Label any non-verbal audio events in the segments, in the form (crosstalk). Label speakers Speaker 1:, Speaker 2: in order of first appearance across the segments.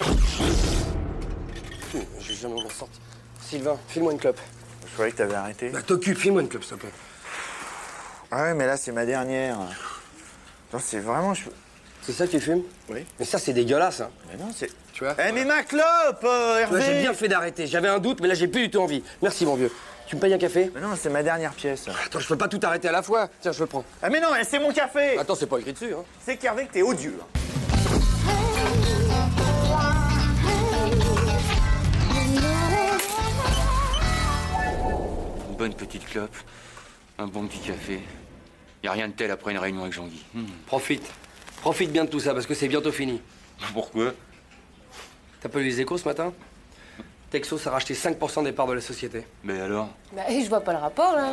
Speaker 1: Hum, Je vais jamais m'en sortir. Sylvain, file-moi une clope.
Speaker 2: Je croyais que t'avais arrêté.
Speaker 1: Bah t'occupes, file-moi une clope, s'il te plaît.
Speaker 2: Ah ouais, mais là, c'est ma dernière. Non, c'est vraiment... Je...
Speaker 1: C'est ça que tu fumes
Speaker 2: Oui.
Speaker 1: Mais ça, c'est dégueulasse, hein.
Speaker 2: Mais non, c'est...
Speaker 1: Tu vois
Speaker 2: Eh, mais ma clope, euh,
Speaker 1: Ouais, J'ai
Speaker 2: Hervé
Speaker 1: bien fait d'arrêter. J'avais un doute, mais là, j'ai plus du tout envie. Merci, mon vieux. Tu me payes un café
Speaker 2: Mais non, c'est ma dernière pièce.
Speaker 1: Attends, je peux pas tout arrêter à la fois. Tiens, je le prends.
Speaker 2: Ah mais non, eh, c'est mon café
Speaker 1: Attends, c'est pas écrit dessus, hein.
Speaker 2: C'est qu'Hervé, que t'es odieux. hein.
Speaker 3: Une bonne petite clope, un bon petit café. Y a rien de tel après une réunion avec Jean-Guy. Hmm.
Speaker 1: Profite. Profite bien de tout ça, parce que c'est bientôt fini.
Speaker 3: (laughs) Pourquoi
Speaker 1: T'as pas lu les échos ce matin Texos a racheté 5% des parts de la société.
Speaker 3: Mais alors
Speaker 4: Bah, je vois pas le rapport, là.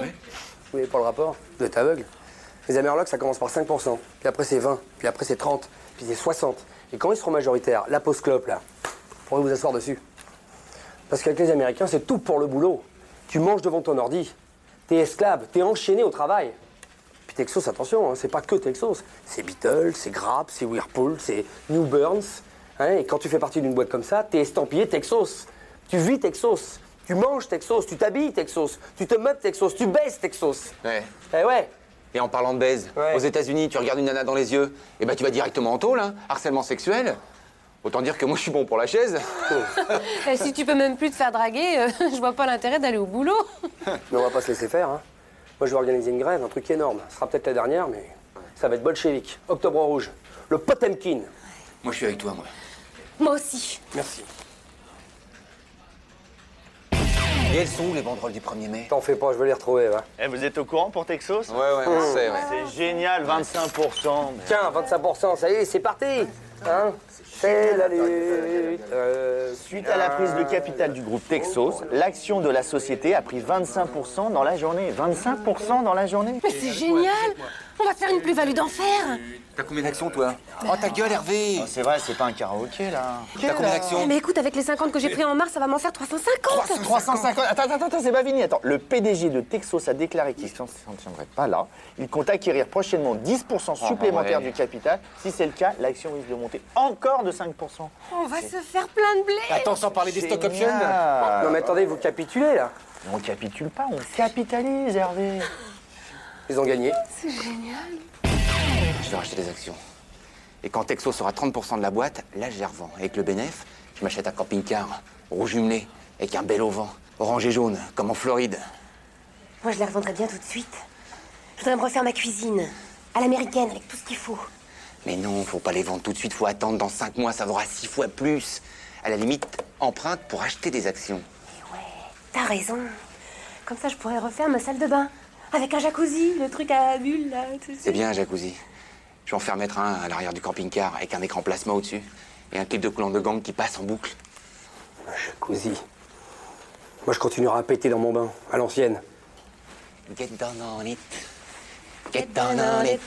Speaker 1: Oui, pour le rapport, vous êtes aveugle. Les Amerlocs, ça commence par 5%, puis après c'est 20, puis après c'est 30, puis c'est 60. Et quand ils seront majoritaires, la pause clope, là, vous pourrez vous asseoir dessus. Parce qu'avec les Américains, c'est tout pour le boulot. Tu manges devant ton ordi, t'es esclave, t'es enchaîné au travail. Puis Texas, attention, hein, c'est pas que Texas. C'est Beatles, c'est Grapp, c'est Whirlpool, c'est New Burns. hein, et quand tu fais partie d'une boîte comme ça, t'es estampillé Texas. Tu vis Texas. Tu manges Texas, tu t'habilles Texas, tu te meubles Texas, tu baisses Texas.
Speaker 5: Ouais.
Speaker 1: Eh ouais,
Speaker 5: Et en parlant de baise,
Speaker 1: Ouais.
Speaker 5: aux États-Unis, tu regardes une nana dans les yeux, et bah tu vas directement en tôle, hein, harcèlement sexuel. Autant dire que moi je suis bon pour la chaise.
Speaker 4: Eh, si tu peux même plus te faire draguer, euh, (laughs) je vois pas l'intérêt d'aller au boulot. (laughs)
Speaker 1: mais on va pas se laisser faire. hein. Moi, je vais organiser une grève, un truc énorme. Ce sera peut-être la dernière, mais ça va être bolchevique. Octobre rouge, le Potemkin.
Speaker 3: (laughs) Moi je suis avec toi, moi.
Speaker 4: Moi aussi.
Speaker 1: Merci.
Speaker 5: Et elles sont où les banderoles du 1er mai
Speaker 1: T'en fais pas, je vais les retrouver. va.
Speaker 2: Eh, vous êtes au courant pour Texas
Speaker 5: Ouais, ouais, on sait, ouais.
Speaker 2: C'est génial, 25%. mais-
Speaker 1: Tiens, 25%, ça y est, c'est parti. Hein c'est la lutte. euh,
Speaker 2: Suite à la prise de capital du groupe Texos, l'action de la société a pris 25% dans la journée. 25% dans la journée
Speaker 4: Mais c'est génial On va faire une plus-value d'enfer
Speaker 5: T'as combien d'actions toi Oh ta gueule, Hervé
Speaker 2: Oh, C'est vrai, c'est pas un karaoké là.
Speaker 5: T'as combien d'actions
Speaker 4: Eh, Mais écoute, avec les 50 que j'ai pris en mars, ça va m'en faire 350
Speaker 2: 350. Ah, Attends, attends, attends, c'est pas fini. Attends, le PDG de Texos a déclaré qu'il s'en s'en tiendrait pas là. Il compte acquérir prochainement 10% supplémentaire
Speaker 5: ouais.
Speaker 2: du capital. Si c'est le cas, l'action risque de monter encore de 5%.
Speaker 4: On va se faire plein de blé
Speaker 5: Attends, sans parler des stock options
Speaker 2: Génial.
Speaker 1: Non, mais attendez, vous capitulez là.
Speaker 2: Mais On capitule pas, on capitalise, Hervé.
Speaker 1: Ils ont gagné.
Speaker 5: Je vais racheter des actions. Et quand Texo sera 30% de la boîte, là je les revends. Avec le bénéf, je m'achète un camping-car, rouge jumelé, avec un bel auvent, orange et jaune, comme en Floride.
Speaker 6: Moi, je les revendrai bien tout de suite. Je voudrais me refaire ma cuisine. À l'américaine, avec tout ce qu'il faut.
Speaker 5: Mais non, faut pas les vendre tout de suite, faut attendre dans 5 mois, ça vaudra 6 fois plus. À la limite, emprunte pour acheter des actions.
Speaker 6: T'as raison. Comme ça, je pourrais refaire ma salle de bain. Avec un jacuzzi, le truc à bulles, là, tout ça.
Speaker 5: C'est bien un jacuzzi. Je vais en faire mettre un à l'arrière du camping-car avec un écran plasma au-dessus et un clip de coulant de gang qui passe en boucle.
Speaker 1: Jacuzzi. Moi, je continuerai à péter dans mon bain, à l'ancienne.
Speaker 5: Get down on it. Get down on it.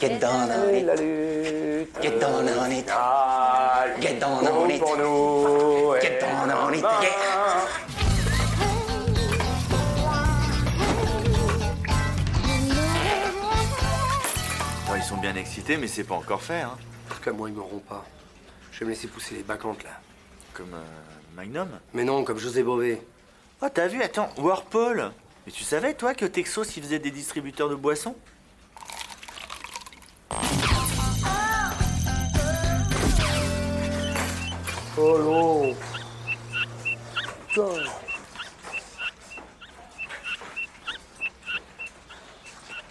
Speaker 5: Get down on
Speaker 1: C'est
Speaker 5: it.
Speaker 1: la lutte.
Speaker 5: Get down on it.
Speaker 1: Ah,
Speaker 5: Get down on it.
Speaker 1: pour nous.
Speaker 5: Get down on it. Yeah.
Speaker 2: Bon, ils sont bien excités, mais c'est pas encore fait, hein.
Speaker 1: Parce que moi, ils m'auront pas. Je vais me laisser pousser les bacchantes, là.
Speaker 2: Comme euh, Magnum.
Speaker 1: Mais non, comme José Bové.
Speaker 2: Oh, t'as vu, attends, Warpol Mais tu savais, toi, que Texos, ils faisaient des distributeurs de boissons
Speaker 1: Oh non. Putain.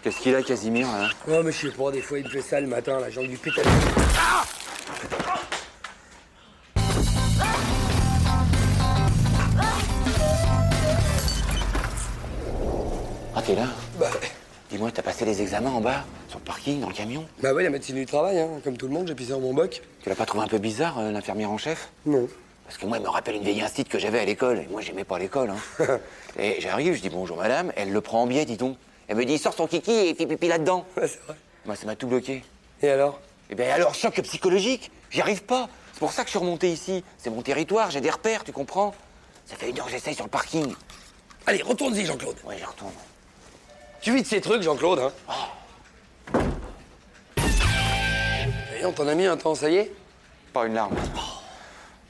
Speaker 5: Qu'est-ce qu'il a, Casimir hein là
Speaker 1: Non, mais je sais pas, des fois, il me fait ça le matin, la jambe du putain.
Speaker 5: Ah, t'es là
Speaker 1: Bah, Bah,
Speaker 5: Ah, Dis-moi, t'as passé les examens en bas Sur le parking, dans le camion
Speaker 1: Bah ouais, la médecine du travail, hein. comme tout le monde, j'ai pissé dans mon boc.
Speaker 5: Tu l'as pas trouvé un peu bizarre, euh, l'infirmière en chef
Speaker 1: Non.
Speaker 5: Parce que moi, elle me rappelle une vieille instite que j'avais à l'école. Et moi, j'aimais pas l'école. Hein.
Speaker 1: (laughs)
Speaker 5: et j'arrive, je dis bonjour madame. Elle le prend en biais, dis donc. Elle me dit sors son kiki et fais pipi là-dedans.
Speaker 1: Ouais, c'est vrai.
Speaker 5: Moi, ça m'a tout bloqué.
Speaker 1: Et alors
Speaker 5: Et bien alors, choc psychologique J'y arrive pas. C'est pour ça que je suis remonté ici. C'est mon territoire, j'ai des repères, tu comprends Ça fait une heure que j'essaye sur le parking.
Speaker 1: Allez, retourne-y, Jean-Claude.
Speaker 5: Ouais, j'y retourne.
Speaker 1: Tu vides ces trucs, Jean-Claude, hein.
Speaker 5: Ah.
Speaker 1: Et on t'en a mis un temps, ça y est
Speaker 5: Pas une larme.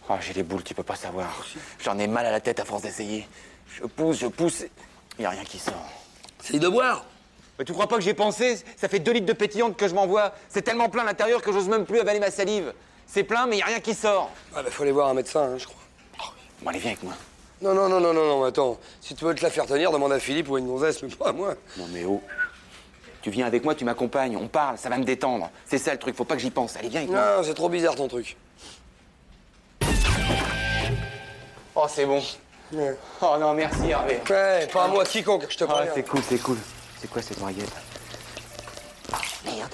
Speaker 5: Oh, j'ai les boules, tu peux pas savoir. J'en ai mal à la tête à force d'essayer. Je pousse, je pousse. Il y a rien qui sort.
Speaker 1: C'est de boire.
Speaker 5: Mais tu crois pas que j'ai pensé Ça fait deux litres de pétillante que je m'envoie. C'est tellement plein à l'intérieur que j'ose même plus avaler ma salive. C'est plein, mais il y a rien qui sort.
Speaker 1: Ah bah faut aller voir un médecin, hein, je crois.
Speaker 5: Bon, allez, viens avec moi.
Speaker 1: Non, non, non, non, non, non, attends. Si tu veux te la faire tenir, demande à Philippe ou à une gonzesse, mais pas à moi.
Speaker 5: Non, mais oh. Tu viens avec moi, tu m'accompagnes, on parle, ça va me détendre. C'est ça le truc, faut pas que j'y pense. Allez, viens avec moi.
Speaker 1: Non, c'est trop bizarre ton truc.
Speaker 5: Oh, c'est bon.
Speaker 1: Ouais,
Speaker 5: Oh non, merci Hervé.
Speaker 1: Ouais, Eh, pas à moi, quiconque, je te
Speaker 5: Ah,
Speaker 1: parle.
Speaker 5: c'est cool, c'est cool. C'est quoi cette noyette Merde.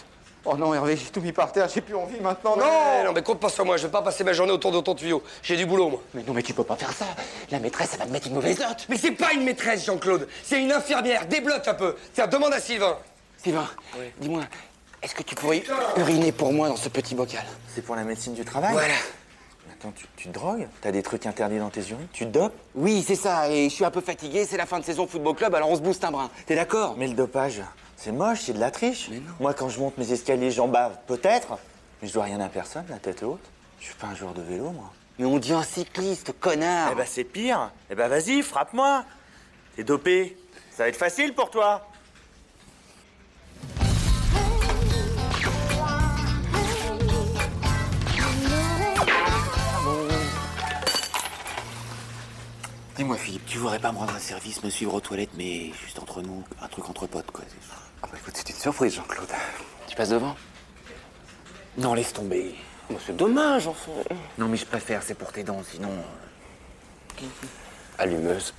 Speaker 5: Oh non, Hervé, j'ai tout mis par terre, j'ai plus envie maintenant.
Speaker 1: Non, non, mais compte pas sur moi, je vais pas passer ma journée autour de ton tuyau. J'ai du boulot, moi.
Speaker 5: Mais non, mais tu peux pas faire ça. La maîtresse, elle va te mettre une mauvaise note.
Speaker 1: Mais c'est pas une maîtresse, Jean-Claude. C'est une infirmière. Débloque un peu. Tiens, demande à Sylvain.
Speaker 5: Sylvain, dis-moi, est-ce que tu pourrais uriner pour moi dans ce petit bocal
Speaker 2: C'est pour la médecine du travail
Speaker 5: Voilà.
Speaker 2: Attends, tu, tu te drogues T'as des trucs interdits dans tes urines Tu te dopes
Speaker 5: Oui, c'est ça, et je suis un peu fatigué, c'est la fin de saison football club, alors on se booste un brin. T'es d'accord
Speaker 2: Mais le dopage, c'est moche, c'est de la triche. Moi, quand je monte mes escaliers, j'en bave, peut-être. Mais je dois rien à personne, la tête haute. Je suis pas un joueur de vélo, moi.
Speaker 5: Mais on dit un cycliste, connard
Speaker 2: Eh ben, c'est pire. Eh ben, vas-y, frappe-moi. T'es dopé. Ça va être facile pour toi.
Speaker 5: Dis-moi, Philippe, tu voudrais pas me rendre un service, me suivre aux toilettes, mais juste entre nous, un truc entre potes, quoi. Ah bah écoute, c'est une surprise, Jean-Claude. Tu passes devant Non, laisse tomber.
Speaker 2: Oh,
Speaker 5: c'est dommage, enfin. Non, mais je préfère, c'est pour tes dents, sinon... Allumeuse.